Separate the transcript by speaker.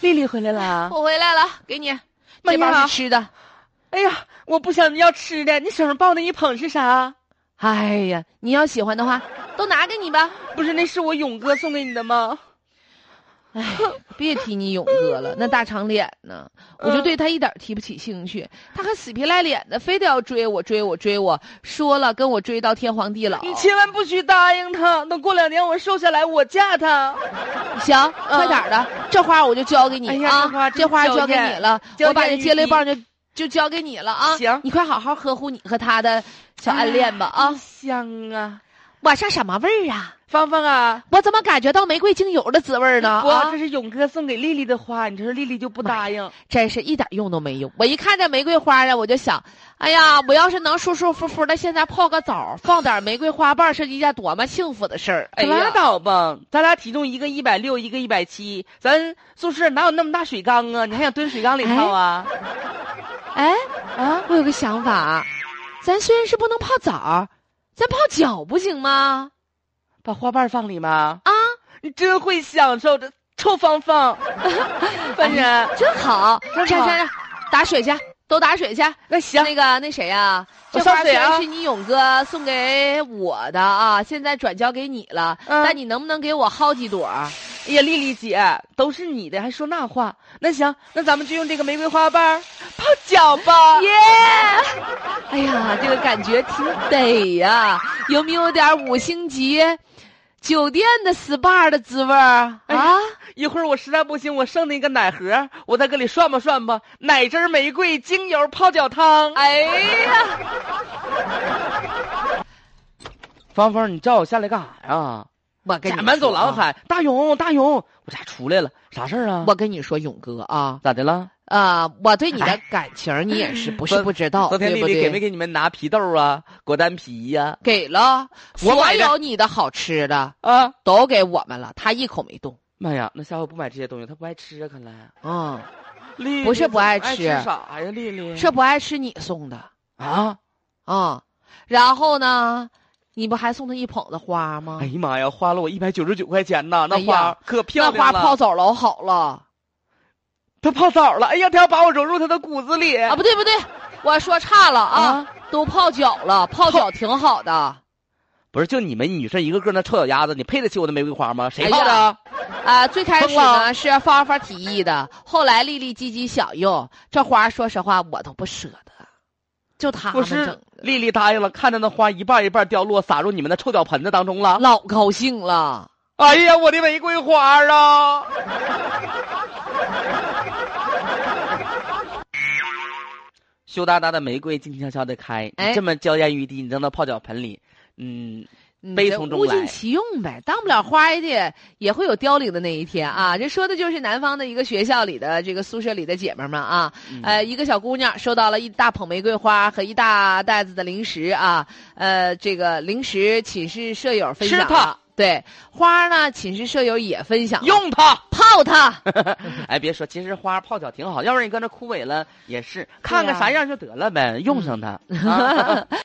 Speaker 1: 丽丽回来啦！
Speaker 2: 我回来了，啊给你，
Speaker 1: 妈
Speaker 2: 这包
Speaker 1: 呀
Speaker 2: 是吃的。
Speaker 1: 哎呀，我不想要吃的，你手上抱那一捧是啥？
Speaker 2: 哎呀，你要喜欢的话，都拿给你吧。
Speaker 1: 不是，那是我勇哥送给你的吗？
Speaker 2: 哎，别提你勇哥了，那大长脸呢，我
Speaker 1: 嗯
Speaker 2: 就对他一点儿提不起兴趣。他还死皮赖脸的，非得要追我，追我，追我，说了跟我追到天荒地老。
Speaker 1: 你千万不许答应他，等过两年我瘦下来，我嫁他。
Speaker 2: 行，快点儿的，这花我就交给你
Speaker 1: 嗯哎呀这
Speaker 2: 啊
Speaker 1: 花，真
Speaker 2: 这花交给
Speaker 1: 娇艳
Speaker 2: 你了，
Speaker 1: 娇
Speaker 2: 我把
Speaker 1: 艳
Speaker 2: 这
Speaker 1: 欲
Speaker 2: 接力
Speaker 1: 滴
Speaker 2: 棒就就交给你了啊。
Speaker 1: 行哎嗯
Speaker 2: 你快好好呵护你和他的小暗恋吧啊。
Speaker 1: 香啊，
Speaker 2: 晚上什么味儿啊？
Speaker 1: 芳芳啊，
Speaker 2: 我怎么感觉到玫瑰精油的滋味儿呢？
Speaker 1: 不，
Speaker 2: 啊
Speaker 1: 这，是勇哥送给丽丽的花，你说丽丽就不答应。
Speaker 2: 真是一点用都没用。我一看这玫瑰花啊，我就想，哎呀，我要是能舒舒服服的，现在泡个澡，放点玫瑰花瓣，是一件多么幸福的事儿！哎
Speaker 1: 可拉
Speaker 2: 呀，
Speaker 1: 倒吧，咱俩体重一个一百六，一个一百七，咱宿舍哪有那么大水缸啊？你还想蹲水缸里泡啊？
Speaker 2: 哎，
Speaker 1: 啊，
Speaker 2: 我有个想法，咱虽然是不能泡澡，咱泡脚不行吗？
Speaker 1: 把花瓣放里吗？
Speaker 2: 啊，
Speaker 1: 你真会享受这臭芳芳，凡人。
Speaker 2: 真好，
Speaker 1: 真
Speaker 2: 这
Speaker 1: 好
Speaker 2: 这这，打水去，都打水去。
Speaker 1: 那行，
Speaker 2: 那个那谁呀、
Speaker 1: 我
Speaker 2: 这花
Speaker 1: 上
Speaker 2: 虽
Speaker 1: 水啊
Speaker 2: 然是你勇哥送给我的啊，现在转交给你了，
Speaker 1: 嗯
Speaker 2: 但你能不能给我薅几朵儿？
Speaker 1: 哎呀，丽丽姐都是你的，还说那话。那行，那咱们就用这个玫瑰花瓣儿泡脚吧。
Speaker 2: 耶！ 哎呀，这个感觉挺得呀，有没有点五星级酒店的 SPA 的滋味儿
Speaker 1: 哎
Speaker 2: 啊？
Speaker 1: 一会儿我实在不行，我剩那个奶盒，我再搁里涮吧涮吧，奶汁儿玫瑰精油泡脚汤。
Speaker 2: 哎呀，
Speaker 1: 芳芳，你叫我下来干啥呀？
Speaker 2: 我跟你
Speaker 1: 满走廊
Speaker 2: 说啊，
Speaker 1: 喊大勇，大勇，我咋出来了？啥事儿啊？
Speaker 2: 我跟你说，勇哥啊，
Speaker 1: 咋的了？
Speaker 2: 啊、我对你的感情儿你也是不是
Speaker 1: 昨
Speaker 2: 不知道，
Speaker 1: 哎昨天
Speaker 2: 对
Speaker 1: 丽
Speaker 2: 不
Speaker 1: 丽
Speaker 2: 对？
Speaker 1: 给没给你们拿皮豆啊、果丹皮呀、
Speaker 2: 给了
Speaker 1: 我
Speaker 2: 所
Speaker 1: 买的
Speaker 2: 有你的好吃的
Speaker 1: 啊？
Speaker 2: 都给我们了，他一口没动。
Speaker 1: 妈呀，那下回不买这些东西，她不爱吃啊，看来。
Speaker 2: 嗯，
Speaker 1: 丽丽
Speaker 2: 不是不爱
Speaker 1: 怎么爱
Speaker 2: 吃
Speaker 1: 啥呀？丽丽
Speaker 2: 是不爱吃你送的
Speaker 1: 啊！
Speaker 2: 啊、然后呢，你不还送他一捧子花吗？
Speaker 1: 哎呀妈呀，花了我一百九十九块钱呐，那
Speaker 2: 哎呀
Speaker 1: 花可漂
Speaker 2: 那
Speaker 1: 亮
Speaker 2: 花
Speaker 1: 了。
Speaker 2: 泡澡老好了
Speaker 1: 她泡澡了，哎呀，她要把我融入她的骨子里
Speaker 2: 啊！不对不对，我说差了啊，
Speaker 1: 哎啊
Speaker 2: 都泡脚了，泡脚挺好的。
Speaker 1: 不是，就你们女生一个个那臭脚丫子，你配得起我的玫瑰花吗？谁
Speaker 2: 哎
Speaker 1: 泡
Speaker 2: 呀
Speaker 1: 的啊？
Speaker 2: 啊，最开始
Speaker 1: 疯
Speaker 2: 呢是芳芳提议的，后来丽丽积极享用。这花说实话我都不舍得，就他
Speaker 1: 不
Speaker 2: 们整
Speaker 1: 是
Speaker 2: 的，
Speaker 1: 丽丽答应了，看着那花一瓣一瓣掉落，洒入你们的臭脚盆子当中了。
Speaker 2: 老高兴了。
Speaker 1: 哎呀，我的玫瑰花啊！羞答答的玫瑰静悄悄的开，你
Speaker 2: 哎
Speaker 1: 这么娇艳欲滴，你扔到泡脚盆里，嗯，
Speaker 2: 嗯
Speaker 1: 悲
Speaker 2: 这
Speaker 1: 从中
Speaker 2: 物尽
Speaker 1: 来
Speaker 2: 其用呗，当不了花也得也会有凋零的那一天啊！这说的就是南方的一个学校里的这个宿舍里的姐们儿们啊，
Speaker 1: 嗯
Speaker 2: 呃，一个小姑娘收到了一大捧玫瑰花和一大袋子的零食啊，呃，这个零食寝室舍友分
Speaker 1: 吃
Speaker 2: 享
Speaker 1: 它
Speaker 2: 了，对花呢，寝室舍友也分享了，
Speaker 1: 用它。
Speaker 2: 泡它，
Speaker 1: 哎，别说，其实花泡脚挺好，要不然你搁那枯萎了也是，看看
Speaker 2: 对啊
Speaker 1: 啥样就得了呗，用上它。啊